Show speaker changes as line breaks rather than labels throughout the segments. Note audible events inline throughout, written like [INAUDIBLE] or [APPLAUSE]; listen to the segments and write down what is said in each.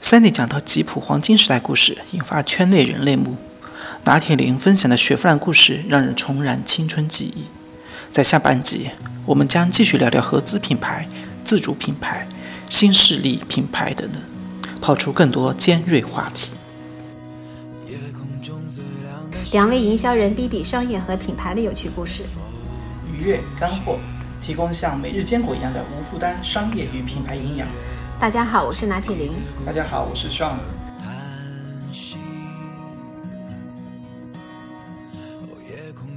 塞内讲到吉普黄金时代故事，引发圈内人泪目；拿铁林分享的雪佛兰故事，让人重燃青春记忆。在下半集，我们将继续聊聊合资品牌、自主品牌、新势力品牌等等，抛出更多尖锐话题。
两位营销人比比商业和品牌的有趣故事，
愉悦干货，提供像每日坚果一样的无负担商业与品牌营养。
大家好，我是拿铁林。
大家好，我是 Sean。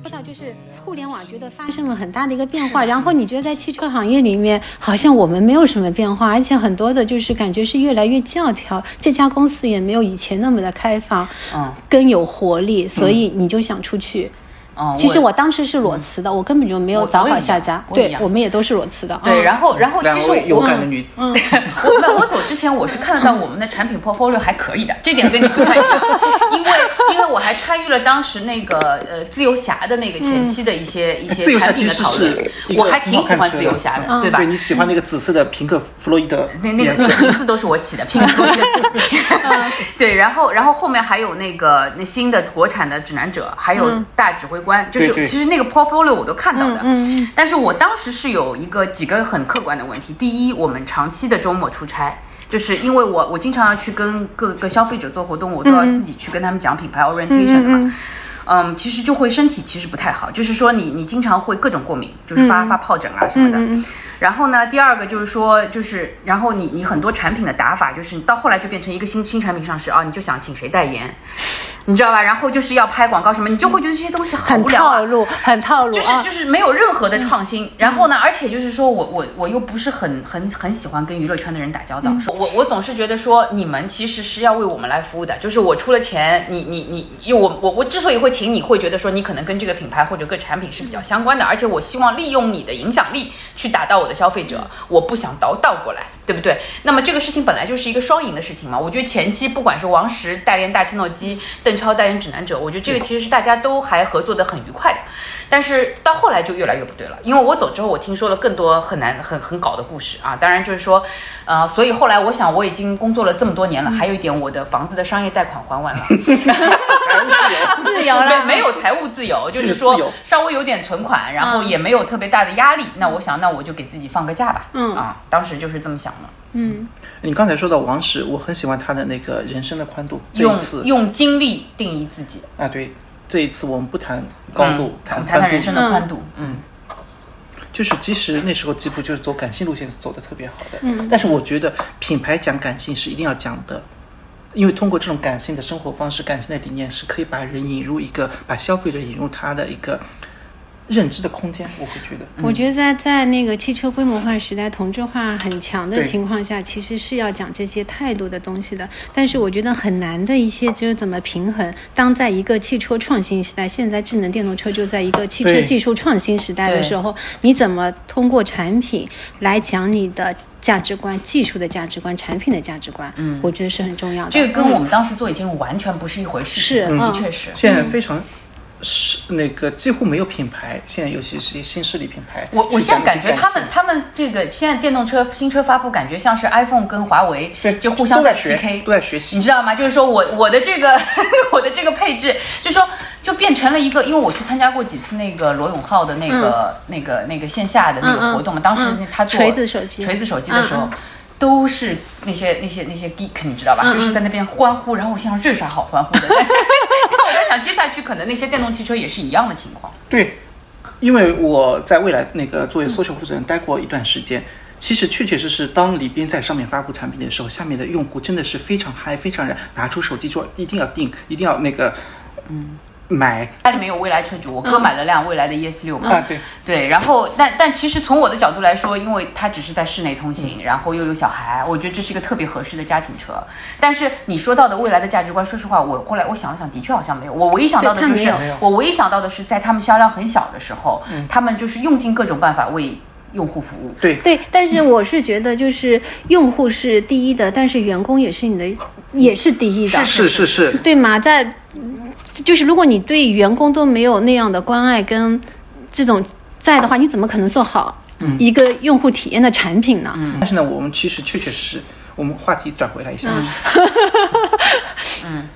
说到就是互联网，觉得发生了很大的一个变化，然后你觉得在汽车行业里面，好像我们没有什么变化，而且很多的就是感觉是越来越教条，这家公司也没有以前那么的开放，
嗯，
更有活力，所以你就想出去。
嗯，
其实我当时是裸辞的，我根本就没有
我
找
我也
好
一
下
样
家，
我也一
对
样
我们也都是裸辞的。
对，
嗯
然后然后哦其
两
实
位
我嗯
勇敢的女子，
我在我走之前，我是看得到我们的产品 portfolio 还可以的，这点跟你不太一样，因为因为我还参与了当时那个呃自由侠的那个
嗯
前期的一些、一
自
些
由侠
产品的
其实
讨
是
论
一，个
我还挺喜
很好看
欢
的嗯
自由侠的，
嗯
对吧
对？你喜欢那个紫色的平克·弗洛伊德
那那个
颜
那
色
个名字都是我起的，拼多多。 [LAUGHS] 对，然后然后后面还有那个那新的国产的指南者，还有大指挥官，就是
对对
其实那个 portfolio 我都看到的。但是我当时是有一个几个很客观的问题，第一，我们长期的周末出差。就是因为我我经常要去跟各个消费者做活动，我都要自己去跟他们讲品牌 orientation 的嘛。嗯，其实就会身体其实不太好，就是说你你经常会各种过敏，就是发、发疱疹啊什么的。然后呢，第二个就是说，就是然后你你很多产品的打法，就是你到后来就变成一个新新产品上市啊，你就想请谁代言，你知道吧？然后就是要拍广告什么，你就会觉得这些东西
嗯
好
很
无聊啊
套。路，很套路
就是
啊嗯
就。是没有任何的创新，然后呢，而且就是说我我我又不是很很很喜欢跟娱乐圈的人打交道，
嗯
我我总是觉得说你们其实是要为我们来服务的，就是我出了钱，你你你，因为我我我之所以会请你，会觉得说你可能跟这个品牌或者各产品是比较
嗯
相关的，而且我希望利用你的影响力去打到我的消费
嗯
者，我不想倒倒过来，对不对？那么这个事情本来就是一个双赢的事情嘛，我觉得前期不管是王石代言大切诺基，邓超代言指南者，我觉得这个其实是大家都还合作的很愉快的。但是到后来就越来越不对了，因为我走之后，我听说了更多很难、很很搞的故事啊。当然就是说，呃，所以后来我想，我已经工作了这么多
嗯
年了，还有一点，我的房子的商业贷款
[LAUGHS]
还完了，
自由了
对，没有财务自由，就
这
是
个自
说
由嗯
稍微有点存款，然后也没有特别大的压力。那我想，那我就给自己放个假吧。
嗯
啊，当时就是这么想的，
你刚才说到王石，我很喜欢他的那个人生的宽度。这
用
一次
用精力定义自己，
啊，对，这一次我们不谈高度，
嗯谈
宽
谈
度。
人生的宽度，嗯，
就是其实那时候吉普就是走感性路线走的特别好的。嗯，但是我觉得品牌讲感性是一定要讲的。因为通过这种感性的生活方式、感性的理念，是可以把人引入一个，把消费者引入他的一个认知的空间。我会觉得，
我觉得在在那个汽车规模化时代、同质化很强的
对
情况下，其实是要讲这些态度的东西的。但是我觉得很难的一些就是怎么平衡。当在一个汽车创新时代，现在智能电动车就在一个汽车
对
技术创新时代的
对
时候，你怎么通过产品来讲你的价值观、技术的价值观、产品的价值观？嗯，我觉得是很重要的。嗯
这个
嗯
跟我们当时做已经完全不是一回事情，
是嗯
的确是。
现在非常是那个几乎没有品牌，现在尤其是一些新势力品牌。
我我
去
现在
讲
感
这
觉
个
他们
性
他们这个现在电动车新车发布，感觉像是 iPhone 跟华为
对
就互相
都在学
PK，
都在学习
你知道吗？就是说我我的这个 [LAUGHS] 我的这个配置，就说就变成了一个，因为我去参加过几次那个罗永浩的那个、那个那个线下的那
嗯嗯嗯
个活动嘛，当时
嗯
那他做
锤子手机嗯
锤子手机的时候。都是那些那些那些 geek，你知道吧？
嗯嗯
就是在那边欢呼，然后我心想这有啥好欢呼的？但 [LAUGHS] 我在想，接下去可能那些电动汽车也是一样的情况。
对，因为我在未来那个作为搜索负责人待过一段时间，其实确确实实，当李斌在上面发布产品的时候，下面的用户真的是非常嗨，非常燃，拿出手机说一定要订，一定要那个，嗯，买
家里面有蔚来车主，我哥买了辆蔚来的 ES 六嘛，
啊，对，
对，然后但但其实从我的角度来说，因为它只是在室内通勤，然后又有小孩，我觉得这是一个特别合适的家庭车。但是你说到的未来的价值观，说实话，我后来我想了想，的确好像没有。我唯一想到的
对
就
它
是
没
有，
我唯一想到的是在他们销量很小的时候，他们就是用尽各种办法为用户服务。
对，
对，但是我是觉得，就是用户是第一的，但是员工也是你的，也是第一的。
是是是，
对嘛，在嗯就是如果你对员工都没有那样的关爱跟这种在的话，你怎么可能做好一个用户体验的产品呢？
但是呢，我们其实确确实实，我们话题转回来一下， [LAUGHS] 嗯，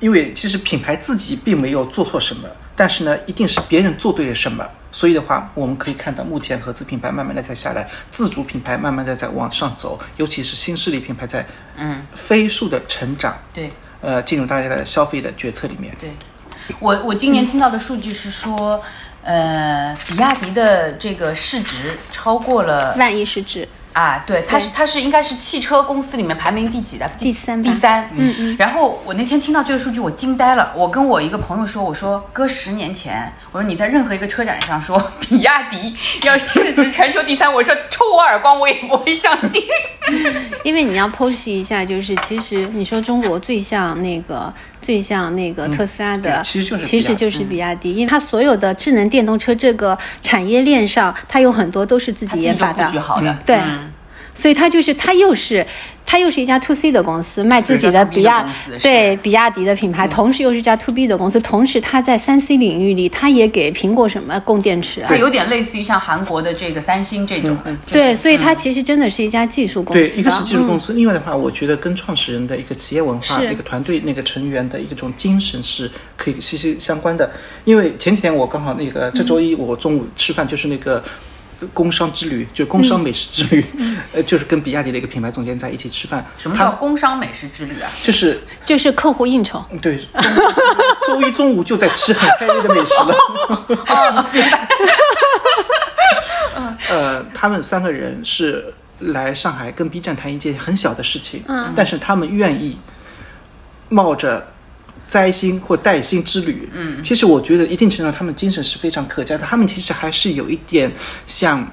因为其实品牌自己并没有做错什么，但是呢，一定是别人做对了什么。所以的话，我们可以看到，目前合资品牌慢慢的在下来，自主品牌慢慢的在往上走，尤其是新势力品牌在
嗯
飞速的成长，
对
呃，进入大家的消费的决策里面。
对，我我今年听到的数据是说，呃，比亚迪的这个市值超过了
万亿市值，
啊，对，它是
对
它是应该是汽车公司里面排名第几的？
第三吧
第三。
嗯嗯。
然后我那天听到这个数据，我惊呆了。我跟我一个朋友说，我说哥，十年前，我说你在任何一个车展上说 [LAUGHS] 比亚迪要市值全球第三，我说抽我耳光我也不会相
[LAUGHS]
信。
因为你要剖析一下，就是其实你说中国最像那个最像那个特斯拉的，
对其实就是比亚迪
其实就是比亚迪，因为它所有的智能电动车这个产业链上，它有很多都是自己研发
它自己都布局
的，
好的，
对
嗯
所以它就是它又是它又是一家 to C 的公司，卖自己的比亚
是一家 2B 的公司
对比亚迪的品
嗯
牌，同时又是一家 to B 的公司，同时它在三 C 领域里，它也给苹果什么供电池啊
它。有点类似于像韩国的这个三星这种，就是
嗯对，所以它其实真的是一家技术公
嗯对，
司
一个
的嗯
是技术公司，另外的话，我觉得跟创始人的一个企业文化、
是
一个团队那个成员的一种精神是可以息息相关的。因为前几天我刚好那个这
嗯
周一我中午吃饭就是那个。工商之旅就工
嗯
商美食之旅，呃，就是跟比亚迪的一个品牌总监在一起吃饭。
什么
他
叫工商美食之旅啊？
就是
就是客户应酬。
对，周一中午就在吃很 heavy 的美食了。
哦
呃，他们三个人是来上海跟 B 站谈一件很小的事情，嗯、但是他们愿意冒着。灾星或带星之旅，嗯，其实我觉得一定程度上他们精神是非常可嘉的，他们其实还是有一点像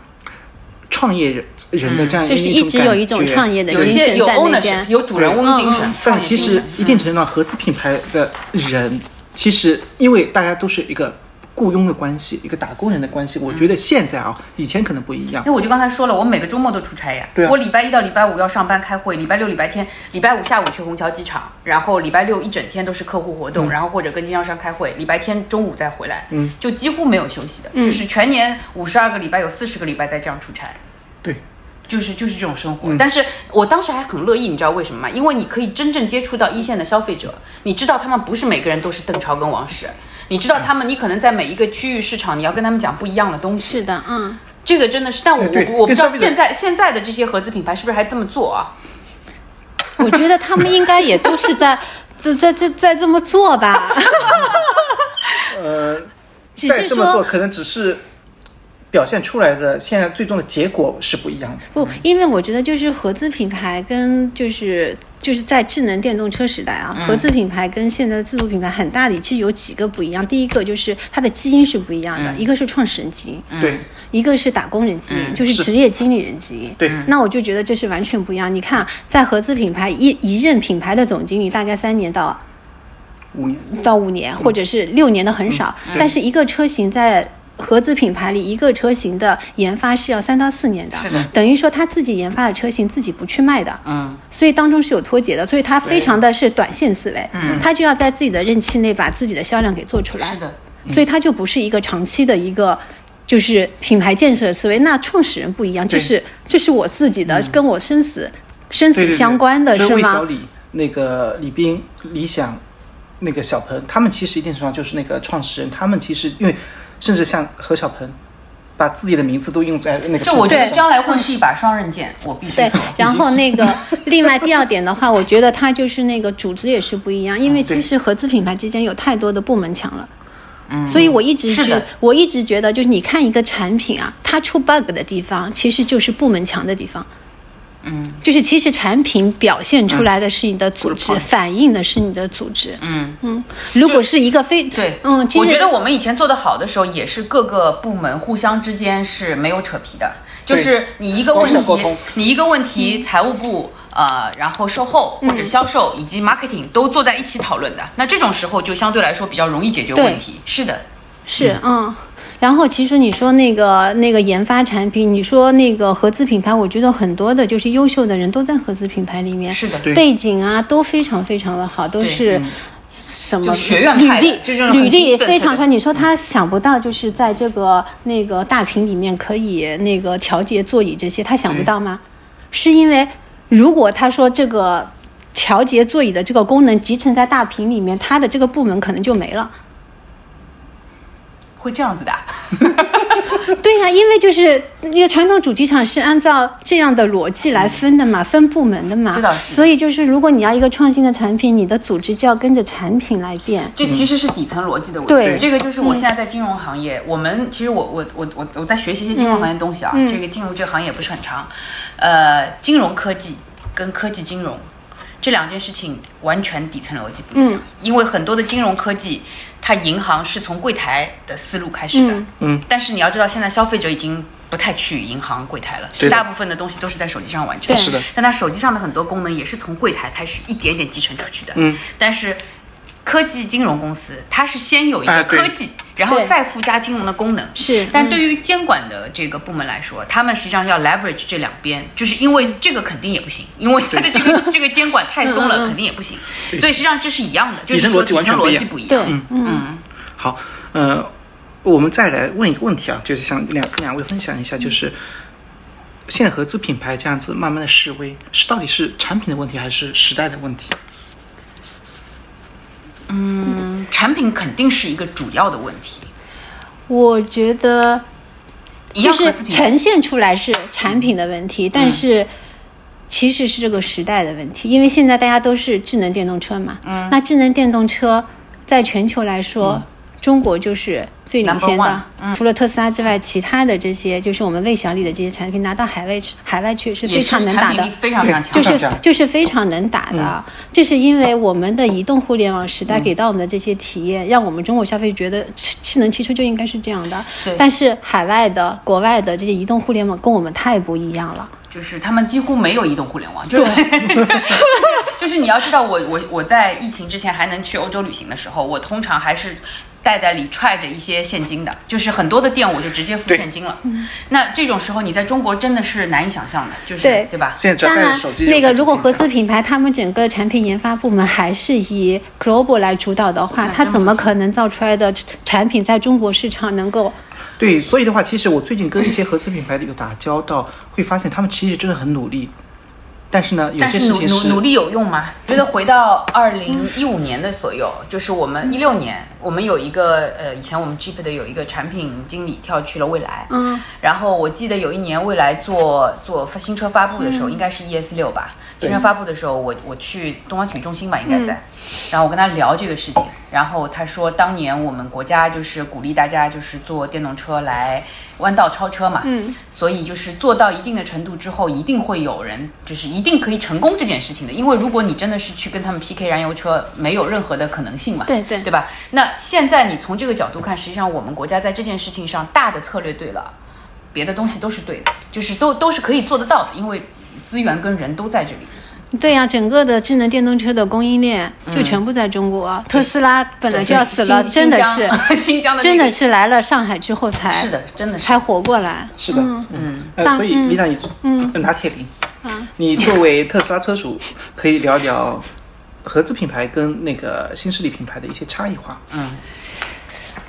创业人人的这样一种感觉，
嗯就是一直有一种创业的
有一
精
些
神
有
在那
ownership，
边。
有主人翁精神
嗯嗯，
但
创业
其
精
实
神
一定程度上，合资品牌的人，其实因为大家都是一个雇佣的关系，一个打工人的关
嗯
系，我觉得现在啊，以前可能不一样
因。为我就刚才说了，我每个周末都出差呀。
对啊
我礼拜一到礼拜五要上班开会，礼拜六、礼拜天，礼拜五下午去虹桥机场，然后礼拜六一整天都是客户活动，然后或者跟经销商开会，礼拜天中午再回来，
嗯，
就几乎没有休息的，就是全年五十二个礼拜有四十个礼拜在这样出差。
对，
就是就是这种生
嗯
活，但是我当时还很乐意，你知道为什么吗？因为你可以真正接触到一线的消费者，你知道他们不是每个人都是邓超跟王石，你
嗯
知道他们，你可能在每一个区域市场，你要跟他们讲不一样的东西。
是的，嗯，
这个真的是，但我
对对
我不我不知
对消
道
费者
现在现在的这些合资品牌是不是还这么做啊？
我觉得他们应该也都是在 [LAUGHS] 在在在在这么做吧，
[LAUGHS] 呃，
只
再
是
这么做
说
可能只是表现出来的，现在最终的结果是不一样的。
不，因为我觉得就是合资品牌跟就是。就是在智能电动车时代啊，合资品牌跟现在的自主品牌很大的其实有几个不一样。第一个就是它的基因是不一样的，一个是创始人基因，
对
一个是打工人基因，
嗯
就是
是
职业经理人基因。
对，
那我就觉得这是完全不一样。你看，在合资品牌一一任品牌的总经理大概三年到
五年
到五
嗯
年，或者是六年的很少。但是一个车型在合资品牌里，一个车型的研发是要三到四年的，
是的
等于说他自己研发的车型自己不去卖的。
嗯，
所以当中是有脱节的，所以他非常的是短线思维，
嗯
他就要在自己的任期内把自己的销量给做出来，
是的，
嗯
所以他就不是一个长期的一个就是品牌建设的思维。那创始人不一样，这
对嗯
是这是我自己的，跟我生死生
对
死相关的
对对
是
所以魏
吗？
小李、那个李斌、李想、那个小鹏，他们其实一定程度上就是那个创始人，他们其实因为甚至像何小鹏，把自己的名字都用在那个
这我觉得
对
将来会是一把双刃剑，我必
[LAUGHS]
须
对
说。，
然后那
[LAUGHS]
个另外第二点的话，我觉得它就是那个组织也是不一样，因为
啊
嗯对
其实合资品牌之间有太多的部门墙了。所以我一直
嗯是
觉
的，
我一直觉得，就是你看一个产品啊，它出 bug 的地方，其实就是部门墙的地方。
嗯，
就是其实产品表现出来的是你的组织，
嗯
反映的是你的组织。
嗯，
嗯，如果是一个非
对，
嗯，其
我
实
觉得我们以前做的好的时候，也是各个部门互相之间是没有扯皮的，就
对
是你一个问
高效沟
题
通，
你一个问题，财务部。呃，然后售后或者销售以及 marketing 都坐在一起讨论的，那这种时候就相对来说比较容易解决
对
问题。是的，
是嗯。然后其实你说那个那个研发产品，你说那个合资品牌，我觉得很多的就是优秀的人都在合资品牌里面，
是的，嗯
对
背景啊都非常非常的好，都是什么
就学院
履
派的
历
就这种很
履历
decent
非常
的
说，你说他想不到就是在这个那个大屏里面可以那个调节座椅这些，他想不到吗？是因为。如果他说这个调节座椅的这个功能集成在大屏里面，它的这个部门可能就没了。
会这样子的啊、
对呀、因为就是那个传统主机厂是按照这样的逻辑来分的嘛，分部门的嘛
这倒。是
所以就是，如果你要一个创新的产品，你的组织就要跟着产品来变。
这
嗯
其实是底层逻辑的问题。
对嗯
这个就是我现在在金融行业，我们其实我我我我我在学习一些金融行业的东西啊，
嗯
这个进入这个行业也不是很长。呃，金融科技跟科技金融这两件事情完全底层逻辑不一样，
嗯
因为很多的金融科技，它银行是从柜台的思路开始的，
嗯
嗯
但是你要知道，现在消费者已经。不太去银行柜台了，
对的
大部分的东西都是在手机上完成。
对是
的，
但他手机上的很多功能也是从柜台开始一点点集成出去的。
嗯，
但是科技金融公司，它是先有一
哎
个
对
科技，然后
对
再附加金融的功能。
是
但
嗯
对于监管的这个部门来说，他们实际上要 leverage 这两边，就是因为这个肯定也不行，因为它的这
[LAUGHS]
个这个监管太松
嗯嗯
了，
嗯
肯定也不行。所以实际上这是一样的，就
底
是
层
说
逻辑
底
完全
层
不一
逻
样
辑不一
对
样。，
嗯，
好，呃，我们再来问一个问题啊，就是想两跟两位分享一下，就是现在合资品牌这样子慢慢的示威，是到底是产品的问题还是时代的问题？
嗯产品肯定是一个主要的问题。
我觉得
一
就
样
是
合资品牌
呈现出来是产品的问
嗯
题，但是其实是这个时代的问题，因为现在大家都是智能电动车嘛。嗯，那智能电动车在全球来说，中国就是最领先
嗯 Number one，嗯
的。除了特斯拉之外，其他的这些就是我们魏小李的这些产品拿到海外去，海外去是
也
非
是
常能打
产品
的
力。非常非常强。
就是
这样
就是非常能打的，啊这是因为我们的移动互联网时代给到我们的这些体验，让我们中国消费者觉得智智能汽车就应该是这样的
对。
但是海外的、国外的这些移动互联网跟我们太不一样了。
就是他们几乎没有移动互联网，就是 [LAUGHS] 就是你要知道我，我我在疫情之前还能去欧洲旅行的时候，我通常还是袋袋里揣着一些现金的，就是很多的店我就直接付
对
现金了。那这种时候你在中国真的是难以想象的，就是
对
吧？
现在只要
当
带
然
着手机，就
那个
可以
如果合
进行
资品牌他们整个产品研发部门还是以 global 来主导的话，
那
它
真
怎
不
么
行
可能造出来的产品在中国市场能够
对，所以的话，其实我最近跟一些合资品牌有打交道，会发现他们其实真的很努力，但是呢，有
但
些
是
事
努
情
努
是
努力有用吗？觉得回到二零一五年的左右，就是我们一六年，我们有一个呃，以前我们 Jeep 的有一个产品经理跳去了未来，
嗯，
然后我记得有一年未来做做新车发布的时候，应该是 ES 六吧，
对
新车发布的时候，我我去东方体育中心吧，应该在，然后我跟他聊这个事情，然后他说当年我们国家就是鼓励大家就是坐电动车来弯道超车嘛，
嗯，
所以就是做到一定的程度之后，一定会有人就是一定可以成功这件事情的，因为如果你真的是去跟他们 PK 燃油车，没有任何的可能性嘛，
对对
对吧？那现在你从这个角度看，实际上我们国家在这件事情上大的策略对了，别的东西都是对的，就是都都是可以做得到的，因为资源跟人都在这里。
对呀、整个的智能电动车的供应链就全部在中国。特斯拉本来就要死了，
嗯新
真的是，
新疆 [LAUGHS] 新疆的那
真
个
的是来了上海之后才
是的，真的是
才活过来。
是的，
嗯，
呃，
当
所以
嗯
李娜，你嗯拿铁林，你作为特斯拉车主，可以聊聊合资品牌跟那个新势力品牌的一些差异化。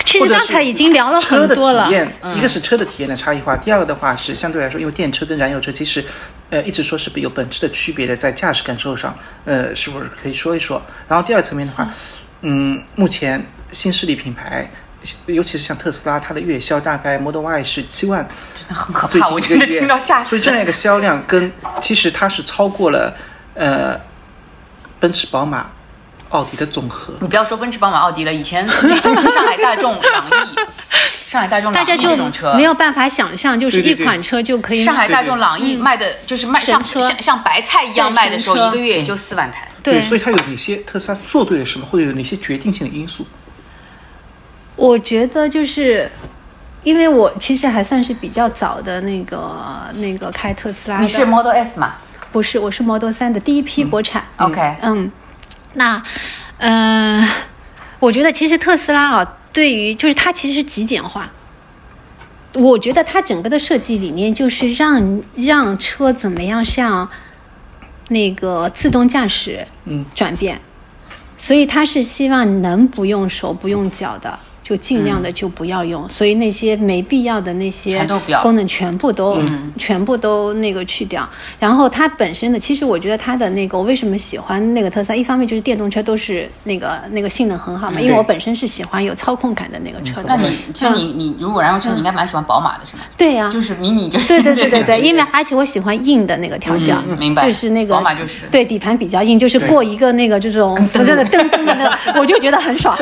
其
或
实
者
刚
是
才已经聊了
车
很
的
多了
体。验，
嗯
一个是车的体验的差异化，第二个的话是相对来说，因为电车跟燃油车其实，呃，一直说是有本质的区别的，在驾驶感受上，呃，是不是可以说一说？然后第二个层面的话，嗯，目前新势力品牌。尤其是像特斯拉，它的月销大概 Model Y 是七万，
真的很可
最
怕，我
近
真
一个
的
月
听到吓
所
死
以这
了。
样一个销量跟其实它是超过了呃奔驰、宝马、奥迪的总和。
你不要说奔驰、宝马、奥迪了，以前上海大众
[LAUGHS]
朗逸，上海大众
大
朗
家
逸
就
这种车
没。有办法想象，就是
对
一
对对
款车就可以
上海大
对对
众朗逸卖的就是卖
嗯神
像
车
像像白菜一样
对
卖的时候，
神车
一个月也就四万台。
对
所以它有哪些特斯拉做对了什么，或者有哪些决定性的因素？
我觉得就是。因为我其实还算是比较早的那个那个开特嗯斯拉的，
你是 Model S 嘛
不是？我是 Model 三的第一批国产。
？OK，
嗯，那，嗯、我觉得其实特斯拉啊，对于就是它其实是极简化。我觉得它整个的设计理念就是让让车怎么样向那个自动驾驶
嗯
转变，所以它是希望能不用手不用脚的，就尽量的就不要用。所以那些没必要的那些
嗯全都不要
功能全部都、
嗯
全部都那个去掉。然后它本身的，其实我觉得它的那个，我为什么喜欢那个特斯拉？一方面就是电动车都是那个那个性能很好嘛，因为我本身是喜欢有操控感的那个车的。嗯
嗯那你其实你你如果燃油车，你应该蛮喜欢宝马的是吗？
对呀、
就是迷你，就是
嗯对对对对对，因为而且我喜欢硬的那个调教，
嗯明白
就是那个
宝马就是
对底盘比较硬，就是过一个那个这种扶着的噔噔的那个，我就觉得很
[LAUGHS]
爽，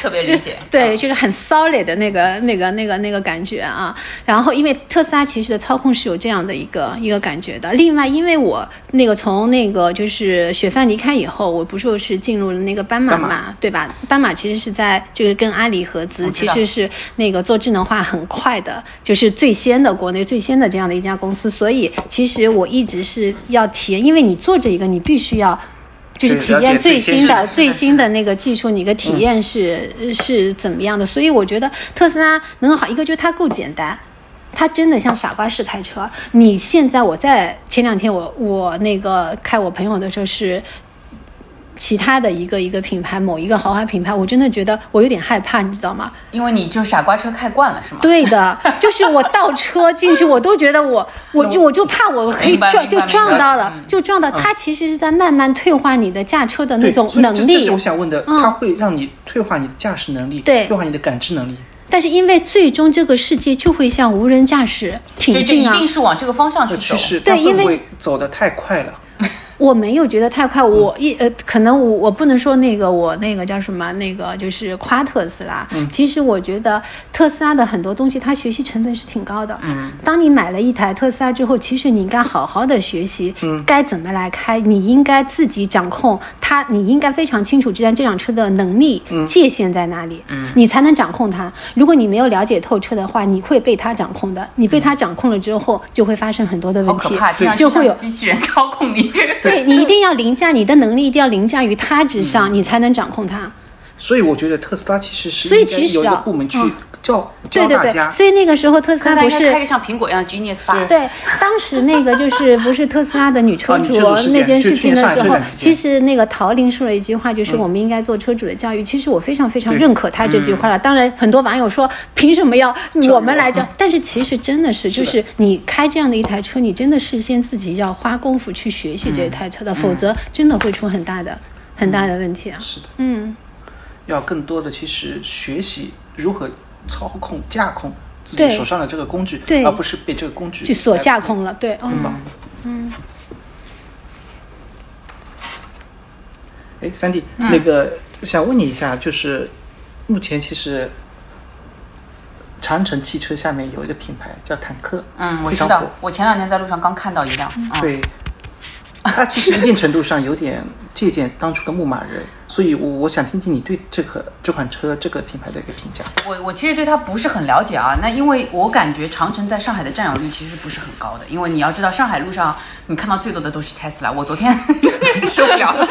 特别理解。
对，
嗯，
就是很 solid 的那个那个那个那个感觉啊。然后因为特斯拉其实的操控是有这样的一个一个感觉的。另外，因为我那个从那个就是雪范离开以后，我不是又是进入了那个斑马嘛，
斑
对吧？斑马其实是在就是跟阿里合资，
我知
其
道
实是那个做智能化很快的，就是最先的国内最先的这样的一家公司。所以其实我一直是要体验，因为你做这一个，你必须要。就是
对嗯
体
了解
验
最
最
新
新
的
的、
是
最
的
新的那个技术，你个体验是、呃是怎么样的？所以我觉得特斯拉能好，一个就是它够简单。它真的像傻瓜式开车。你现在我在前两天我我那个开我朋友的车是其他的一个一个品牌某一个豪华品牌，我真的觉得我有点害怕，你知道吗？
因为你就傻瓜车开惯了是吗？
对的，就是我倒
[LAUGHS]
车进去，我都觉得我，我就我就怕我可以
明白
撞
明
就
白
撞
明白
到了，
嗯
就撞到。它其实是在慢慢退化你的驾车的那
对，
种
所以这
能
这
力
是我。想问的，
嗯
它会让你退化你的驾驶能力，
对
退化你的感知能力。
但是因为最终这个世界就会向无人驾驶
就
挺
就一
进啊。
定是往这个方向去
的
走
趋。势，
对
它会
因为
不会走得太快了？
我没有觉得太
嗯
快，我一呃，可能我我不能说那个我那个叫什么那个就是夸特斯拉，
嗯
其实我觉得特斯拉的很多东西它学习成本是挺高的。嗯，当你买了一台特斯拉之后，其实你应该好好的学习，
嗯
该怎么来开，你应该自己掌控它，你应该非常清楚这辆这辆车的能力
嗯
界限在哪里，嗯，你才能掌控它。如果你没有了解透彻的话，你会被它掌控的，你被它掌控了之后，就会发生很多的
好
问
可
题
怕，听上，去
就会有
像机器人 [LAUGHS] 操控你。
对你一定要凌驾，你的能力一定要凌驾于他之上，你才能掌控他。
所以我觉得特斯拉其实是
所以
应该
其实
有一个
啊
部门去
嗯
教
对
教
对
大
对，
家。
所以 [LAUGHS] 那个时候特斯
可
拉
能
不
应该开
是
个。像苹果一样的 Genius Bar，
对，当时那个就是 [LAUGHS] 不是特斯拉的女车主哦
啊女车主事件
那件事情
就去
嗯的时
年上海车
候
展，期
其
间
实那个陶林说了一句话，就是我们应该做车主的教育。其实我非常非常认可他这句话了。当然，很多网友说凭什么要我们来嗯教？但是其实真的是，就是你开这样的一台车，你真的事先自己要花功夫去学习这一台车的，否则真的会出很大的很大的问题啊。
是的，
嗯。
要更多的其实学习如何操控、驾控自己
对
手上的这个工具，
对
而不是被这个工具
去所
来
架空了，对，嗯，
吧？嗯。哎，三弟，那个想问你一下，就是目前其实长城汽车下面有一个品牌叫坦克，
嗯，我
非
知
常
道
火，
我前两天在路上刚看到一辆，
啊
嗯，
对，它其实一定程度上有点借鉴当初的牧马人，所以我我想听听你对这个这款车这个品牌的一个评价。
我我其实对它不是很了解啊，那因为我感觉长城在上海的占有率其实不是很高的，因为你要知道上海路上你看到最多的都是 Tesla，我昨天 [LAUGHS] 受不了了。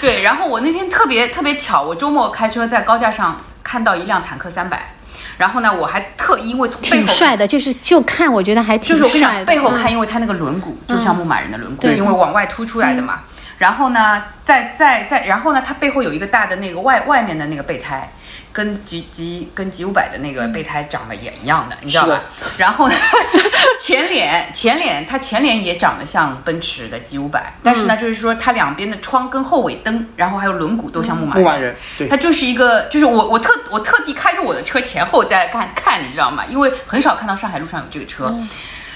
对，然后我那天特别特别巧，我周末开车在高架上看到一辆坦克三百，然后呢我还特意因为从背
挺
后
帅的，就是就看我觉得还挺
就是我跟你
帅
讲，
的，
背后
嗯
看，因为它那个轮毂就像牧马人的轮毂，
对
因为往外凸出来的嘛。
嗯
然后呢，再再再，然后呢，它背后有一个大的那个外外面的那个备胎，跟 G G 跟 G 五百的那
嗯
个备胎长得也一样的，你知道吧？然后呢， [LAUGHS] 前脸前脸它前脸也长得像奔驰的 G 五百，但是呢，
嗯
就是说它两边的窗跟后尾灯，然后还有轮毂都
嗯
像牧马
牧
人。
马人，对
它，就是一个，就是我我特我特地开着我的车前后在看看，你知道吗？因为很少看到上海路上有这个车。
嗯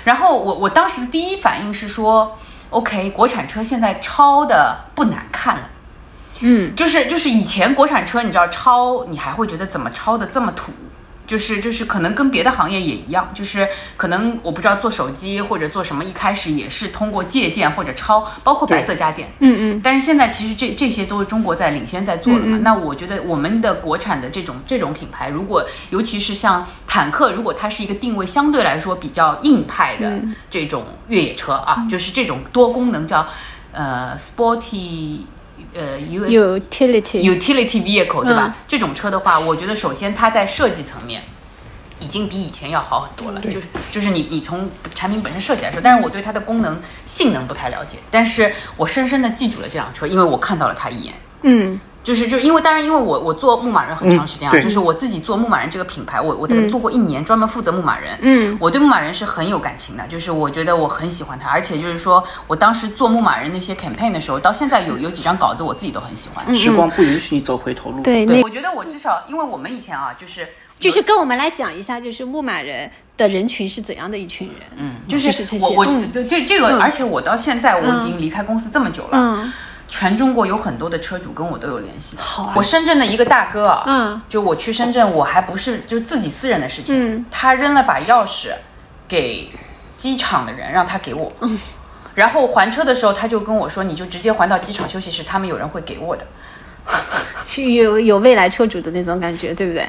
然后我我当时的第一反应是说，OK，国产车现在超的不难看了。
嗯，
就是就是以前国产车，你知道超，你还会觉得怎么超的这么土？就是就是可能跟别的行业也一样，就是可能我不知道做手机或者做什么，一开始也是通过借鉴或者抄，包括白色家电，
嗯嗯，
但是现在其实这这些都是中国在领先在做了
嗯
嘛。
嗯
那我觉得我们的国产的这种这种品牌，如果尤其是像坦克，如果它是一个定位相对来说比较硬派的
嗯
这种越野车啊，就是这种多功能叫呃 sporty 呃 US
有 utility，
utility vehicle 对吧？这种车的话，我觉得首先它在设计层面。已经比以前要好很多了，就是就是你你从产品本身设计来说，但是我对它的功能性能不太了解，但是我深深的记住了这辆车，因为我看到了它一眼，
嗯，
就是就因为当然因为我我做牧马人很长时间啊，
嗯对
就是我自己做牧马人这个品牌，我我大概做过一年，专门负责牧马人。
嗯，
我对牧马人是很有感情的，就是我觉得我很喜欢它，而且就是说我当时做牧马人那些 campaign 的时候，到现在有有几张稿子我自己都很喜欢。
时光不允许你走回头路。，
嗯对，
对，
那
我觉得我至少因为我们以前啊，就是
就是跟我们来讲一下，就是牧马人的人群是怎样的一群人？嗯，就是这些。
我我
嗯
对这这个，而且我到现在我已
嗯
经离开公司这么久了，
嗯
全中国有很多的车主跟我都有联系的。
好啊
我深圳的一个大哥啊，
嗯，
就我去深圳，我还不是就自己私人的事情，
嗯
他扔了把钥匙给机场的人，让他给我。
嗯
然后还车的时候，他就跟我说：“你就直接还到机场休息室，他们有人会给我的。
是有有未来车主的那种感觉，对不对？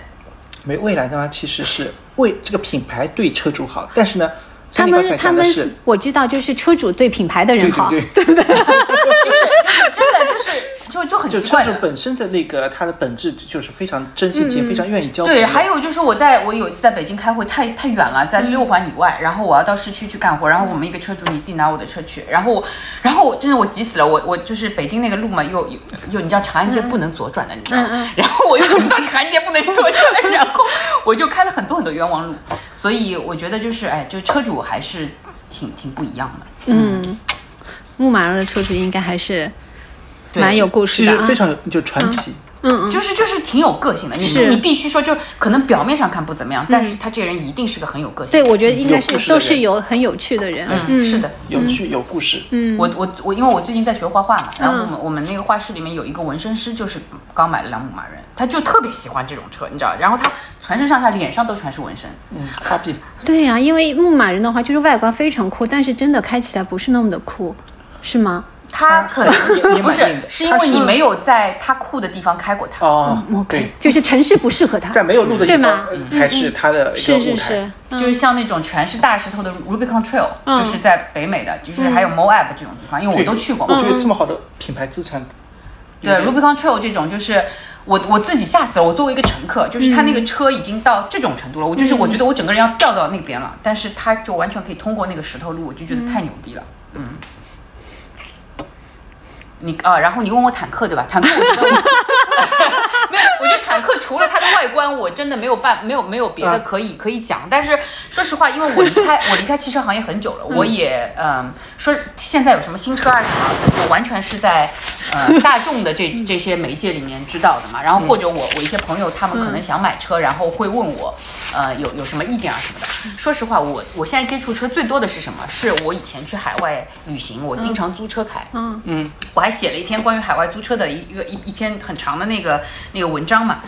没未来的话其实是为这个品牌对车主好，但是呢，像
他
你刚才
们他
讲的
们
是
我知道，就是车主对品牌的人好，
对对
不 [LAUGHS] 对？
就是”真的就是就就很
就
奇
车
怪
主
的。
本身的那个他的本质就是非常真
嗯
性情，非常愿意交朋友。
对，还有就是我在我有一次在北京开会，太太远了，在六环以外，然后我要到市区去干活，然后我们一个车主你自己拿我的车去，然后我，然后我真的我急死了，我我就是北京那个路嘛，又又又你知道长安街不能左转的，你知
嗯
道吗？ [LAUGHS] 然后我又不知道长安街不能左转，然后我就开了很多很多冤枉路，所以我觉得就是哎，就车主还是挺挺不一样的，
嗯，牧马人的车主应该还是
对
蛮有故事
其
的
实
啊
非。常有就传奇。
嗯嗯，
就是就是挺有个性的，你
是嗯
你必须说，就可能表面上看不怎么样，但是他这人一定是个很有个性
对，
的。
我觉得应该
有故
是
事的
都
人
是有很有趣的人。
嗯，是的。
有趣有故事，
嗯，
我我我，因为我最近在学画画嘛，
嗯
然后我们、我们那个画室里面有一个纹身师，就是刚买了辆牧马人，他就特别喜欢这种车，你知道，然后他全身上下脸上都全是纹身，
嗯，画壁
对呀、因为牧马人的话就是外观非常酷，但是真的开起来不是那么的酷，是吗？
他可
也也
能
蛮
[LAUGHS] 不是
硬的
是因为
他是
你没有在他酷的地方开过它，
哦
嗯，
对，
就是城市不适合它。
在没有路的地
对吗
方
嗯
呃才是他的一个
是
舞
是
台
是。，
嗯
就是像那种全是大石头的 Rubicon Trail，、
嗯
就是在北美的，就是还有
嗯
Moab 这种地方，因为我
对
都去过
我
嘛。
觉
嗯
得这么好的品牌资产，
对
有点
Rubicon Trail 这种就是。我我自己吓死了！我作为一个乘客，就是他那个车已经到这种程度了，我就是我觉得我整个人要掉到那边了，但是他就完全可以通过那个石头路，我就觉得太牛逼了。嗯，你啊，然后你问我坦克对吧？坦克我觉得我没有，我觉得坦克除了它的外观，我真的没有办没有没有别的
嗯
可以、可以讲。但是说实话，因为我离开我离开汽车行业很久了，我也嗯说现在有什么新车啊什么，我完全是在呃大众的这这些媒介里面知道的嘛。然后或者我我一些朋友他们可能想买车，然后会问我呃有有什么意见啊什么的。说实话，我我现在接触车最多的是什么？是我以前去海外旅行，我经常租车开，
嗯
嗯，
我还写了一篇关于海外租车的一一个一一篇很长的那个那个文章嘛。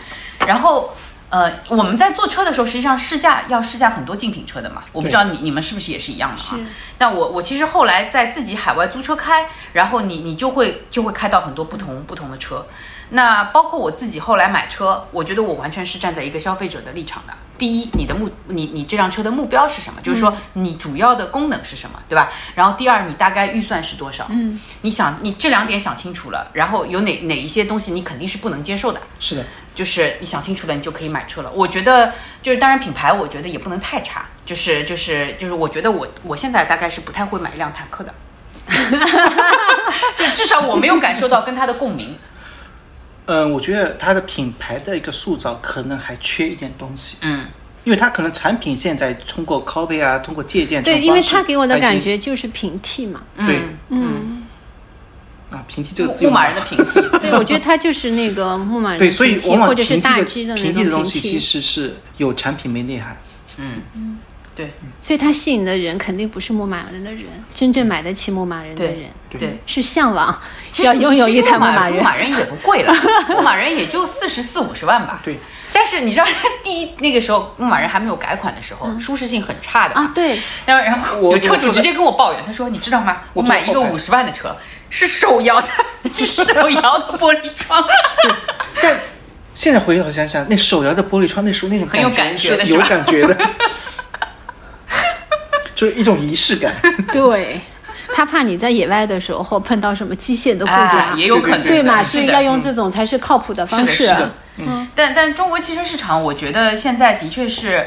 然后，呃，我们在坐车的时候，实际上试驾要试驾很多竞品车的嘛。我不知道你你们是不是也是一样的啊
是？
但我我其实后来在自己海外租车开，然后你你就会就会开到很多不同不同的车。那包括我自己后来买车，我觉得我完全是站在一个消费者的立场的。第一，你的目你你这辆车的目标是什么？就是说你主要的功能是什么，对吧？然后第二，你大概预算是多少？嗯，你想你这两点想清楚了，然后有哪哪一些东西你肯定是不能接受的，
是的，
就是你想清楚了，你就可以买车了。我觉得就是，当然品牌，我觉得也不能太差。就是就是就是，我觉得我我现在大概是不太会买一辆坦克的， [LAUGHS] 就至少我没有感受到跟它的共鸣。
嗯，我觉得它的品牌的一个塑造可能还缺一点东西，
嗯，
因为它可能产品现在通过 copy 啊，通过借鉴这
对，
种
因为
方式
他给我的
来进
感觉就是平替嘛。
对
嗯
嗯，
啊，平替这个
牧
字
牧
用
马
吗
人的平
[LAUGHS]
替，
对，我觉得他就是那个牧马人的
对，所以
平替，
往往
或者
平替
是大
的
只的那
平替的东
种平
西
替
其，实是有产品没内涵，
嗯对
嗯
所以他吸引的人肯定不是牧马人的人，真正买得起牧马人的
对
人
对。
是向往
其实
要拥有一台
牧
马
人，牧马人也不贵
[LAUGHS]
了，牧马人也就四十四五十万吧。
对，
但是你知道第一那个时候牧马人还没有改款的时候，舒适性很差的嘛
嗯啊，。对， [LAUGHS]
然后然后
我
有车
我
主
坐
直
在
接跟我抱怨，他说：“你知道吗？我
我坐在
买一个
后排
五十万的车，是手
[LAUGHS]
摇的，是手摇的玻璃窗。
但现在回头想想，那手摇的玻璃窗，那时候那种
很有感觉的
是
是
有
吧
感觉的， [LAUGHS] 就是一种仪式感。
对，他怕你在野外的时候碰到什么机械的”故
啊，
障，
也有可能
对嘛？
的
所
是
以
的
要用这种才是靠谱的方
是
式。
的是的但但中国汽车市场，我觉得现在的确是，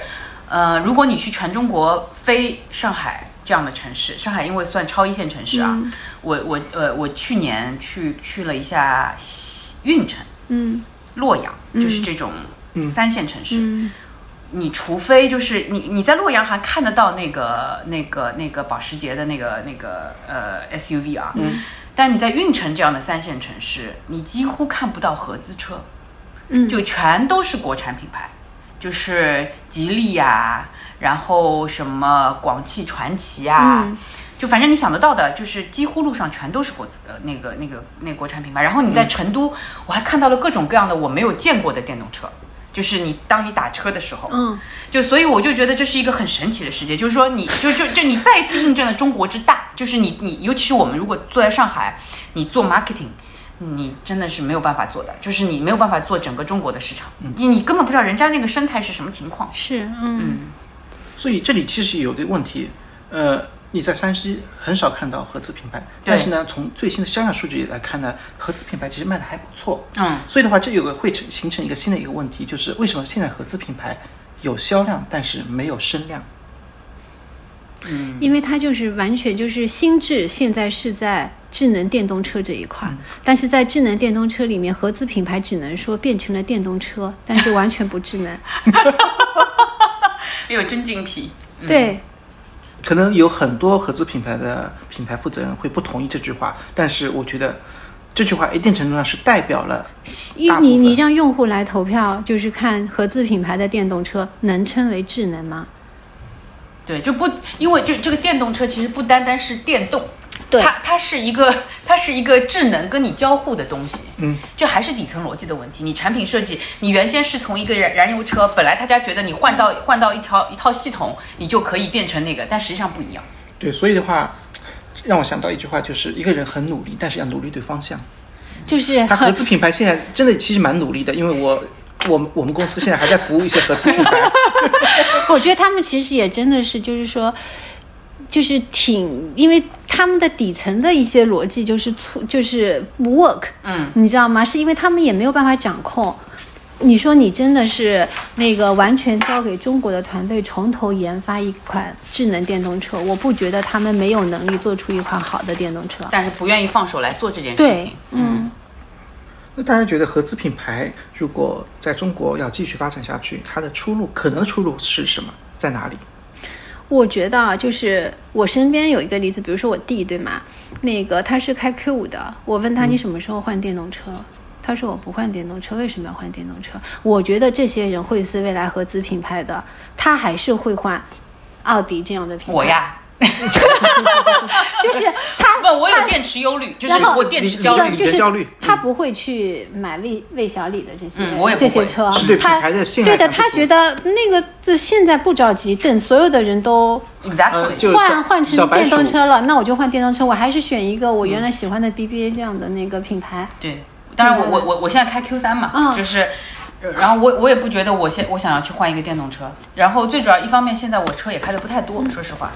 呃，如果你去全中国非上海这样的城市，上海因为算超一线城市啊，我我呃我去年去去了一下西运城，
嗯
洛阳，就是这种
嗯
三线城市，
嗯
你除非就是你你在洛阳还看得到那个那个那个保时捷的那个那个呃 SUV 啊，嗯，但是你在运城这样的三线城市，你几乎看不到合资车，
嗯，
就全都是国产品牌，就是吉利呀、然后什么广汽传祺啊呀、
嗯
就反正你想得到的，就是几乎路上全都是国资呃那个那个那个国产品牌。然后你在成都，我还看到了各种各样的我没有见过的电动车，就是你当你打车的时候，
嗯，
就所以我就觉得这是一个很神奇的世界，就是说你就就就你再一次印证了中国之大，就是你你尤其是我们如果坐在上海，你做 marketing。你真的是没有办法做的，就是你没有办法做整个中国的市场，你你根本不知道人家那个生态是什么情况。
是嗯
嗯，
所以这里其实有个问题，呃，你在山西很少看到合资品牌，但是呢，从最新的销量数据来看呢，合资品牌其实卖的还不错。
嗯，
所以的话，这有个会成形成一个新的一个问题，就是为什么现在合资品牌有销量，但是没有声量？
因为它就是完全就是心智现在是在智能电动车这一块，但是在智能电动车里面，合资品牌只能说变成了电动车，但是完全不智能。
没有真精辟。
对，
可能有很多合资品牌的品牌负责人会不同意这句话，但是我觉得这句话一定程度上是代表了
因
大
为
部
你
分
你让用户来投票，就是看合资品牌的电动车能称为智能吗？
对，就不因为这这个电动车其实不单单是电动，
对
它它是一个它是一个智能跟你交互的东西。
嗯，
这还是底层逻辑的问题。你产品设计，你原先是从一个燃燃油车，本来大家觉得你换到换到一条一套系统，你就可以变成那个，但实际上不一样。
对，所以的话，让我想到一句话，就是一个人很努力，但是要努力对方向。
就是
他合
很
资品牌现在真的其实蛮努力的，因为我我们我们公司现在还在服务一些合资品牌。
[LAUGHS] 我觉得他们其实也真的是，就是说，就是挺，因为他们的底层的一些逻辑就是错，就是不 work，
嗯，
你知道吗？是因为他们也没有办法掌控。你说你真的是那个完全交给中国的团队从头研发一款智能电动车，我不觉得他们没有能力做出一款好的电动车。
但是不愿意放手来做这件事
对
情。，
嗯，
那大家觉得合资品牌如果在中国要继续发展下去，它的出路可能的出路是什么？在哪里？
我觉得啊，就是我身边有一个例子，比如说我弟对吗？那个他是开 Q 五的，我问他你什么时候换电动车？他说我不换电动车，为什么要换电动车？我觉得这些人会是未来合资品牌的，他还是会换奥迪这样的品牌。
我，呀，
就是他
不，我有电池忧虑，就是
然后
我电池 [LAUGHS] 焦
就
虑。嗯
就是
你焦虑
他不会去买魏魏小李的这些、
嗯我也不
这
会
些车，
是对品
他
牌的信赖
对的，
感不
他
足
觉得那个这现在不着急，等所有的人都
呃
Exactly，、
就小
换换
小
成
白
电动
鼠
车了，那我就换电动车，我还是选一个我原来喜欢的 BBA 这样的那个品牌。
对，当然我我我我现在开 Q 三嘛，
嗯
就是，然后我我也不觉得我现我想要去换一个电动车，然后最主要一方面现在我车也开的不太多，说实话，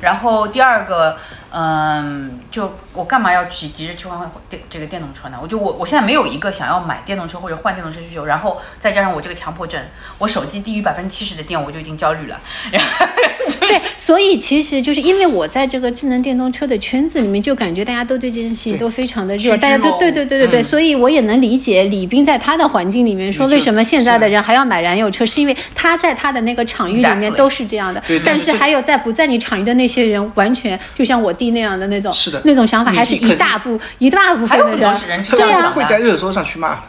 然后第二个，嗯，就我干嘛要急急着去换换电这个电动车呢？我就我我现在没有一个想要买电动车或者换电动车需求，然后再加上我这个强迫症，我手机低于百分之七十的电我就已经焦虑了， [LAUGHS] 然后
对，所以其实就是因为我在这个智能电动车的圈子里面，就感觉大家都对这件事情都非常的热，
趋之
大家都
若鹜
对对对对对，
嗯
所以我也能理解李斌在他的环境里面说，为什么现在的人还要买燃油车，是因为他在他的那个场域里面
Exactly
都是这样的
对对，
但
对
是还有在不在你场域的那些人，完全就像我弟那样的那种
是的
那种想法，
你
还是
你
一
肯
大部一大部
还
分
有
的
很多是人是这
对
样
呀
想
会
的。
在热搜上去骂的。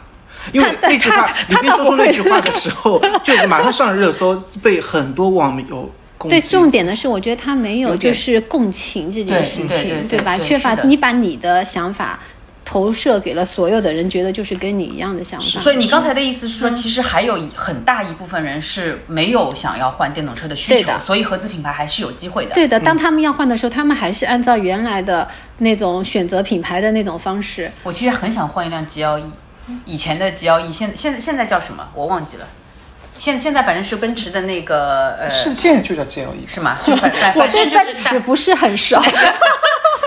因为
他
那句
他
话
他，
你别
他倒
说出
不会
那句话的时候，
[LAUGHS]
就马上上热搜，被很多网友攻击。
对，重点的是，我觉得他没有
有
就
点
是共情这件
对
事
对
情，
对对
吧？
对
缺乏
是的
你把你的想法投射给了所有的人，觉得就是跟你一样的想法。
所以你刚才的意思是
嗯
说，其实还有一很大一部分人是没有想要换电动车的需
对
求
的，
所以合资品牌还是有机会的。
对的，当他们要换的时候，他们还是按照原来的那种选择品牌的那种方式。
我其实很想换一辆 GLE，以
嗯
前的 GLE，现现现在叫什么？我忘记了。现现在反正是奔驰的那个呃，
是现在就叫 GLE，
哎是吗？就反反
我
反
对
正就
奔
[LAUGHS] 是
驰
大
不是很熟，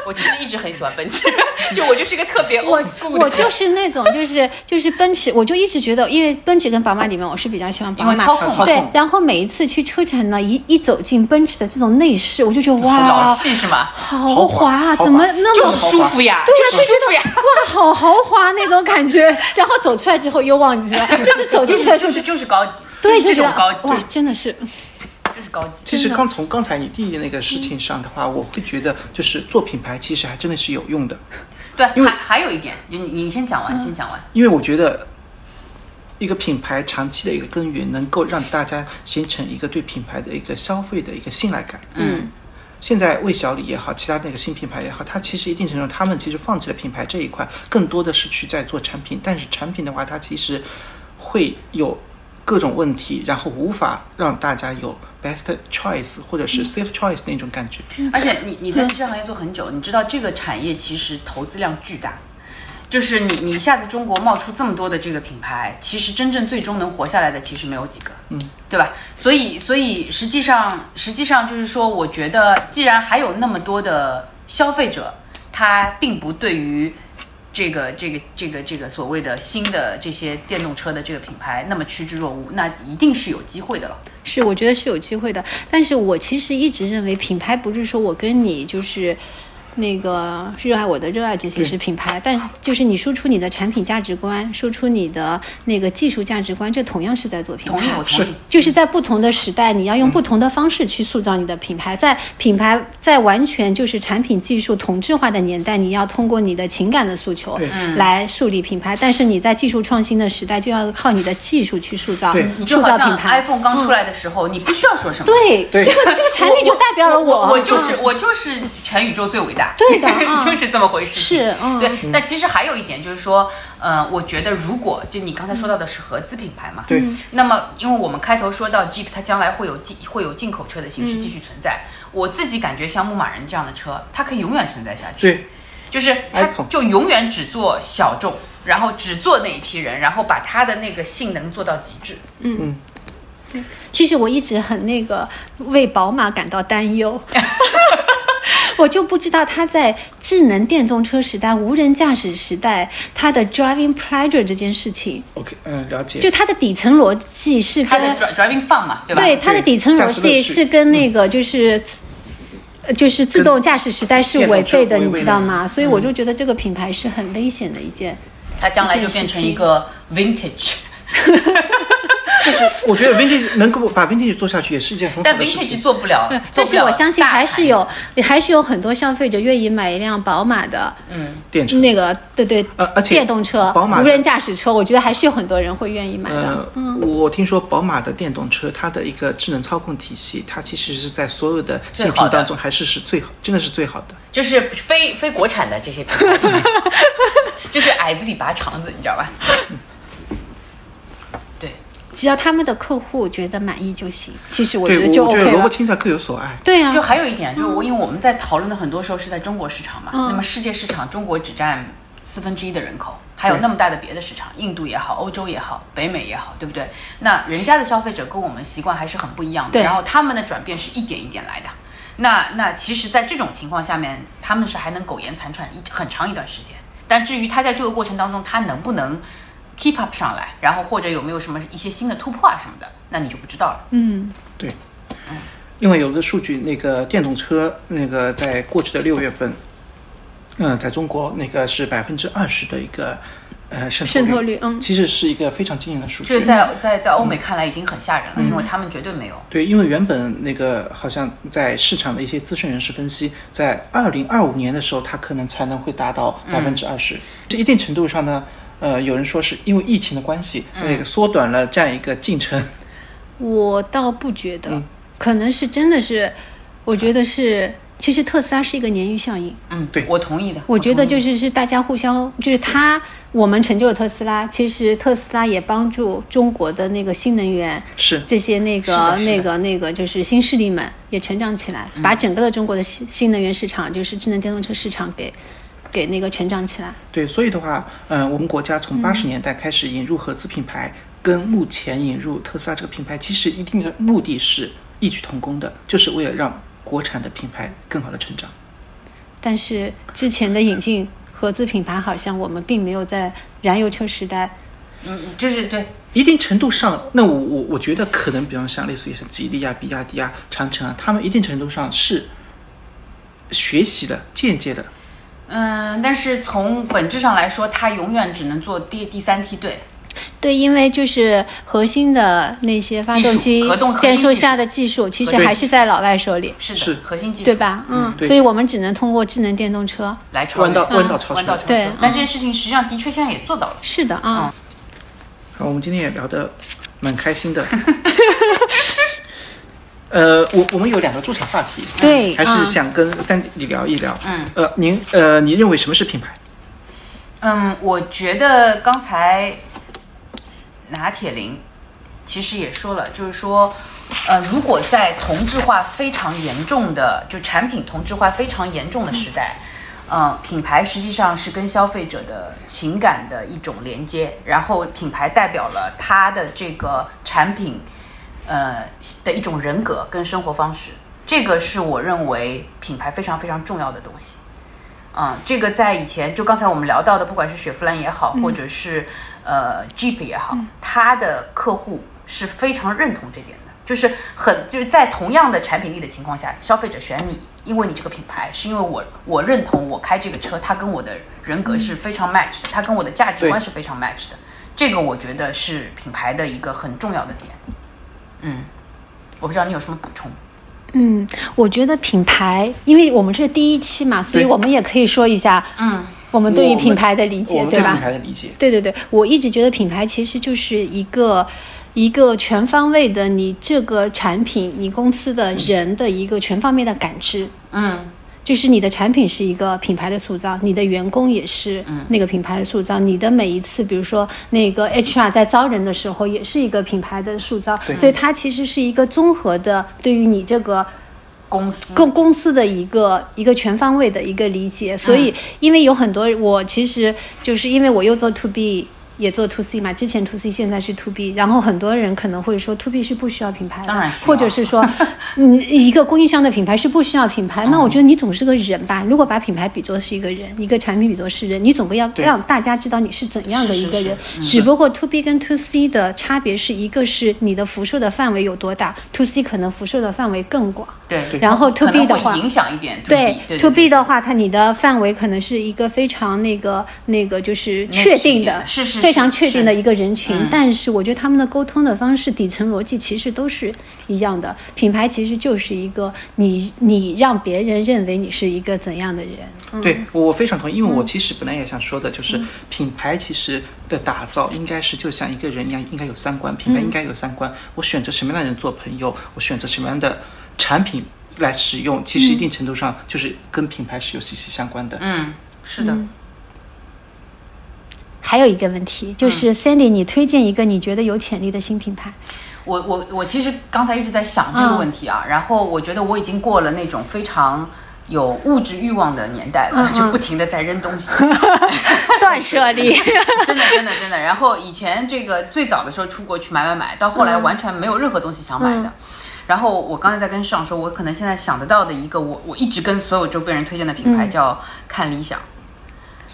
我其实一直很喜欢奔驰， [LAUGHS] 就我 [LAUGHS] 就是一个特别
我
old school 的
我就是那种就是就是奔驰，我就一直觉得，因为奔驰跟宝马里面，我是比较喜欢宝
因为
马
操。控
操
嘛
对，然后每一次去车展呢，一一走进奔驰的这种内饰，我就觉得
老
哇，
气是吗？
豪华啊，
豪华
怎么那
就
么
是舒服呀，
对呀、啊
就
就是
舒
觉
服
得
呀。
哇，好豪华那种感觉。然后走出来之后又忘 [LAUGHS] 记了，就是走进
就
去的时
是就
候
是就是高级，
对，
就是这
觉
种
得
高级，
哇，真的是
就是高级。
其实刚从刚才你弟弟那个事情上的话，我会觉得就是做品牌其实还真的是有用的，
对，
因为
还还有一点，你你你先讲
嗯
完，先讲完。
因为我觉得一个品牌长期的一个耕耘，能够让大家形成一个对品牌的一个消费的一个信赖感。
嗯，
现在魏小李也好，其他那个新品牌也好，它其实一定程度，他们其实放弃了品牌这一块，更多的是去在做产品。但是产品的话，它其实会有各种问题，然后无法让大家有 best choice 或者是 safe choice 那种感觉。
而且你你在汽车行业做很久，你知道这个产业其实投资量巨大，就是你你一下子中国冒出这么多的这个品牌，其实真正最终能活下来的其实没有几个，嗯，对吧？所以所以实际上实际上就是说，我觉得既然还有那么多的消费者，他并不对于。这个这个这个这个所谓的新的这些电动车的这个品牌，那么趋之若鹜，那一定是有机会的了。
是，我觉得是有机会的。但是我其实一直认为，品牌不是说我跟你就是。那个热爱我的热爱，这些是品牌，但是就是你输出你的产品价值观，输出你的那个技术价值观，这同样是在做品
同意，
牌
我。同意。
就是在不同的时代，你要用不同的方式去塑造你的品牌。在品牌在完全就是产品技术同质化的年代，你要通过你的情感的诉求
对
嗯
来树立品牌。但是你在技术创新的时代，就要靠你的技术去塑造
对
你就
塑
好
造品
像
牌。嗯
iPhone 刚出来的时候，你不需要说什么，
对，
对
这个这个产品就代表了
我
我，嗯
我就是我就是全宇宙最伟大，
对
[LAUGHS]
的嗯
就是这么回事。
是嗯
对。但其实还有一点就是说，呃，我觉得如果就你刚才说到的是合资品牌嘛，
对，
那么因为我们开头说到 Jeep，它将来会有进会有进口车的形
嗯
式继续存在，我自己感觉像牧马人这样的车，它可以永远存在下去。
对，
就是它
Icon
就永远只做小众，然后只做那一批人，然后把它的那个性能做到极致。
[LAUGHS] 其实我一直很那个为宝马感到担忧。我就不知道它在智能电动车时代、无人驾驶时代，它的 driving pleasure 这件事情，
OK，嗯，了解。
就它的底层逻辑是
[LAUGHS] 它的
跟
dri- driving fun 嘛，对吧？
对它的底层
驾
逻
驶乐
辑
趣
是跟那个就是自。呃就是自动驾驶时代是
电动
违
车
背的，
违
你
背
知
的嗯
道吗？所以我就觉得这个品牌是很危险的一件。
它将来就变成一个 vintage。
我觉得 vintage 能够把 vintage 做下去也是一件很好
但
的事
vintage
情。
做不
啊
了，做
嗯但
不
是
了
我相信
大
还是有，还是有很多消费者愿意买一辆宝马的
电池，
那个，对对
呃而，且
电动车
宝、马的
无人驾驶车，我觉得还是有很多人会愿意买的嗯
呃。，我听说宝马的电动车，它的一个智能操控体系，它其实是在所有的
最
竞品
好的
当中还是是最好，真的是最好的。
就是非非国产的这些
[LAUGHS]
品牌，就是矮子里拔肠子，你知道吧？对，
只要他们的客户觉得满意就行，其实我觉
对，
得就
我觉
OK
得萝卜
了。
青菜各有所爱。
对啊，
就还有一点，就是我因为我们在讨论的很多时候是在中国市场嘛，
嗯
那么世界市场中国只占四分之一的人口，还有那么大的别的市场，印度也好，欧洲也好，北美也好，对不对？那人家的消费者跟我们习惯还是很不一样的，
对
然后他们的转变是一点一点来的。那那其实，在这种情况下面，他们是还能苟延残喘一很长一段时间。但至于他在这个过程当中，他能不能 keep up 上来，然后或者有没有什么一些新的突破啊什么的，那你就不知道了。
嗯，
对，另外有个数据，那个电动车那个在过去的六月份，嗯、在中国那个是百分之二十的一个呃渗透
渗透率嗯
其实是一个非常惊人的数据。
这在在在欧美看来已经很吓人了，因为他们绝对没有。
对，因为原本那个好像在市场的一些资深人士分析，在二零二五年的时候，它可能才能会达到百分之二十。这一定程度上呢，呃，有人说是因为疫情的关系，那个缩短了这样一个进程。
我倒不觉
嗯
得，可能是真的是，我觉得是，其实特斯拉是一个鲶鱼效应。
嗯，
对
我同意的。
我觉
同
得
意
就是是大家互相，就是他我们成就了特斯拉，其实特斯拉也帮助中国的那个新能源
是
这些那
是的
个
是的嗯
那个那个就是新势力们也成长起来，把整个的中国的新新能源市场，就是智能电动车市场给给那个成长起来。
对，所以的话，呃，我们国家从八十年代开始引入合资品牌，跟目前引入特斯拉这个品牌，其实一定的目的是异曲同工的，就是为了让国产的品牌更好的成长。
但是之前的引进合资品牌，好像我们并没有在燃油车时代，
嗯，就是对，
一定程度上，那我我我觉得可能，比方像类似于像吉利啊、比亚迪啊、长城啊，他们一定程度上是学习的、间接的。
嗯，但是从本质上来说，它永远只能做第第三梯队。
对，因为就是核心的那些发动
技
机
术核动核心
变速
技术
下的技术，其实
对
还是在老外手里，
是的，
是
核心技术
对吧？
嗯
嗯，
对
所以我们只能通过智能电动车。
来超越
弯道
嗯
弯道超车
弯，道超车。
对
但这件事情实际上的确现在也做到了。
是的啊，
好，我们今天也聊得蛮开心的。呃，我我们有两个驻场话题，
对
还
啊
是想跟三弟聊一聊。
嗯，
呃，您呃，您认为什么是品牌？
嗯，我觉得刚才拿铁林其实也说了，就是说，呃，如果在同质化非常严重的，就产品同质化非常严重的时代，嗯、品牌实际上是跟消费者的情感的一种连接，然后品牌代表了他的这个产品，呃的一种人格跟生活方式，这个是我认为品牌非常非常重要的东西。嗯，这个在以前就刚才我们聊到的，不管是雪佛兰也好，或者是呃 Jeep 也好，它的客户是非常认同这点的，就是很就是在同样的产品力的情况下，消费者选你，因为你这个品牌，是因为我我认同我开这个车，它跟我的人格是非常 match 的，它跟我的价值观是非常 match 的，这个我觉得是品牌的一个很重要的点。嗯，我不知道你有什么补充。
嗯，我觉得品牌，因为我们是第一期嘛，所以我们也可以说一下
嗯
我们对于品牌的理
我
解，
们
对吧？
品牌的理解，
对对对，我一直觉得品牌其实就是一个一个全方位的，你这个产品、你公司的人的一个全方面的感知。
嗯
就是你的产品是一个品牌的塑造，你的员工也是那个品牌的塑造，你的每一次，比如说那个 HR 在招人的时候，也是一个品牌的塑造，所以它其实是一个综合的，对于你这个
公司
公公司的一个一个全方位的一个理
嗯
解。所以，因为有很多我其实就是因为我又做 to B。也做 to C 嘛，之前 to C，现在是 to B。然后很多人可能会说 to B 是不需要品牌的，
当然需要
或者是
[LAUGHS]
说你一个供应商的品牌是不需要品
嗯
牌。那我觉得你总是个人吧，如果把品牌比作是一个人，一个产品比作是人，你总归要让大家知道你是怎样的一个人。
嗯
只不过 to B 跟 to C 的差别是一个是你的辐射的范围有多大，to C 可能辐射的范围更广。
对
对
然后 to
可
B
能
的
会
话，
影响一点 to B
对
对
to
对
B 的话，它你的范围可能是一个非常那个那个就是
那
确
是一
定
点
的，
的是是
非常
是
确定
是
的一个人群。
嗯
但是我觉得他们的沟通的方式、底层逻辑其实都是一样的。品牌其实就是一个你你让别人认为你是一个怎样的人。
嗯
对我我非常同意，因为我其实本来也想说的，就是品牌其实的打造应该是就像一个人一样，应该有三观，品
嗯
牌应该有三观。我选择什么样的人做朋友，我选择什么样的产品来使用，其实一定程度上就是跟品牌是有息息相关的。
嗯，是的，
还有一个问题就是
嗯
Sandy，你推荐一个你觉得有潜力的新
[LAUGHS]
品牌？
我我我其实刚才一直在想这个问题
嗯
啊，然后我觉得我已经过了那种非常有物质欲望的年代
嗯
了，就不停的在扔东西，
断舍离。
[LAUGHS] 真的真的真的。然后以前这个最早的时候出国去买买买，到后
嗯
来完全没有任何东西想买的。然后我刚才在跟上说，我可能现在想得到的一个我我一直跟所有周边人推荐的品
嗯
牌叫看理想，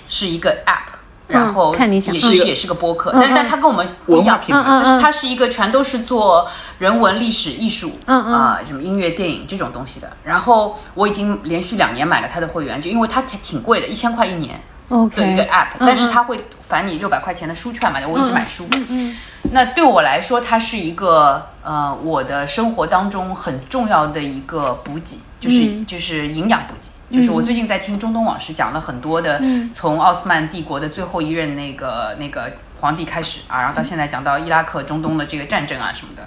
是一个 app。然后
看理想
也
嗯
是也是个播客，但但它跟我们不一
文化
样，
品牌
嗯嗯
它是它是一个全都是做人文、历史、艺术，
嗯嗯
啊、什么音乐、电影这种东西的。然后我已经连续两年买了它的会员，就因为它挺挺贵的，一千块一年 [LAUGHS] 做一个
[LAUGHS] OK，
app，
嗯
但是
嗯
它会返你六百块钱的书券嘛，我一直买书。
嗯
那对我来说，它是一个呃我的生活当中很重要的一个补给，就是、
嗯
就是营养补给。就是我最近在听中东往事，讲了很多的，
嗯
从奥斯曼帝国的最后一任那个那个皇帝开始啊，然后到现在讲到伊拉克、中东的这个战争啊什么的。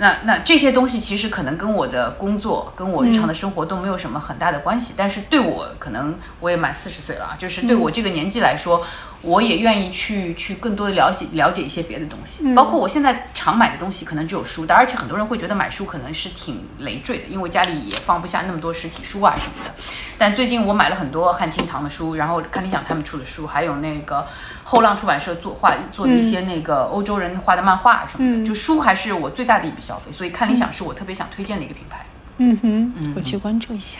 那那这些东西其实可能跟我的工作、跟我日常的生活都没有什么很大的关系，但是对我可能我也满四十岁了啊，就是对我这个年纪来说，我也愿意去去更多的了解了解一些别的东西，包括我现在常买的东西可能只有书，但而且很多人会觉得买书可能是挺累赘的，因为家里也放不下那么多实体书啊什么的。但最近我买了很多汉清堂的书，然后看理想他们出的书，还有那个后浪出版社做画做的一些那个欧洲人画的漫画什么的，就书还是我最大的一笔消费，所以看理想是我特别想推荐的一个品牌。
嗯哼，我去关注一下。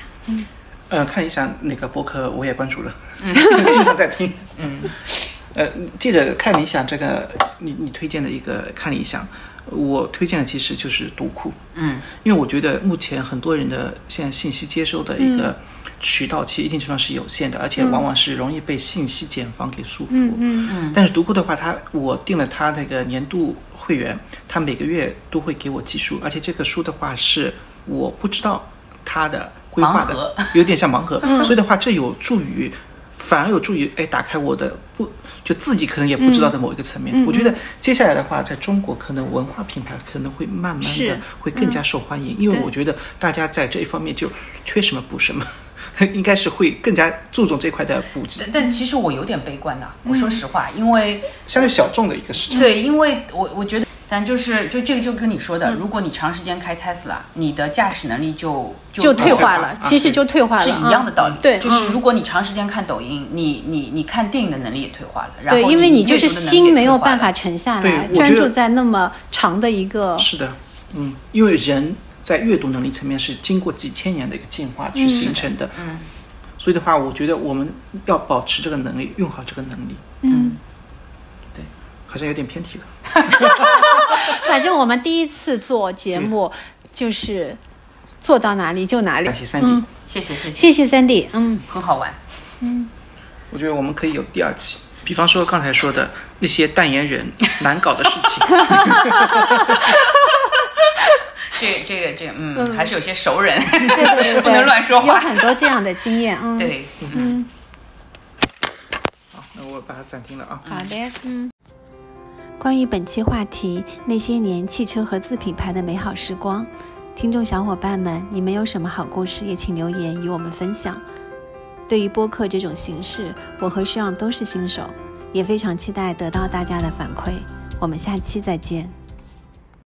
呃，看一下那个博客，我也关注了， [LAUGHS] 经常在听。
嗯，
[LAUGHS] 呃，记者看理想这个，你你推荐的一个看理想，我推荐的其实就是读库，
嗯
因为我觉得目前很多人的现在信息接收的一
嗯
个渠道，其实一定程度上是有限的，而且往往是容易被信息茧房给束缚。
嗯嗯
嗯
但是读库的话，它我定了它那个年度会员，它每个月都会给我寄书，而且这个书的话是我不知道它的规划
盲盒嗯
的， [LAUGHS] 有点像盲盒，所以的话这有助于。反而有助于哎打开我的不就自己可能也不知道的某一个层面，
嗯
我觉得接下来的话，在中国可能文化品牌可能会慢慢
是
的会更加受欢迎，
嗯
因为
对
我觉得大家在这一方面就缺什么补什么， [LAUGHS] 应该是会更加注重这块的补给，
但但其实我有点悲观呐、我说实话，因为
相对小众的一个市场。
对，因为我我觉得，但就是就这个就跟你说的，如果你长时间开 Tesla，你的驾驶能力就
就退
退
化
化
了
了，
其实就退化了，
啊是一样的道理，
嗯对，
就是
嗯
如果你长时间看抖音，你你你看电影的能力也退化了，然后
对，因为
你
你就是
阅读的能力也
心没
退
有
化
办
了
法沉下
对
来，
我
专
觉得
注在那么长的一个
是的，嗯，因为人在阅读能力层面是经过几千年的一个进化去形成的，
嗯
所以的话，我觉得我们要保持这个能力，用好这个能力，
嗯，
好像有点偏题了。
反正我们第一次做节目，就是做到哪里就哪里嗯
感。谢三弟，
谢谢谢谢，
谢谢三弟，嗯，
很好玩，
我觉得我们可以有第二期，比方说刚才说的那些代言人难搞的事
[LAUGHS]
情，
这个这个这个嗯，还是有些熟人， [LAUGHS]
对对对，
[LAUGHS] 不能乱说话
有很多这样的经验，嗯，，
对，
嗯，
好，那我把它暂停了啊。
好的，嗯。关于本期话题那些年汽车合资品牌的美好时光，听众小伙伴们，你们有什么好故事，也请留言与我们分享。对于播客这种形式，我和诗昂都是新手，也非常期待得到大家的反馈。我们下期再见。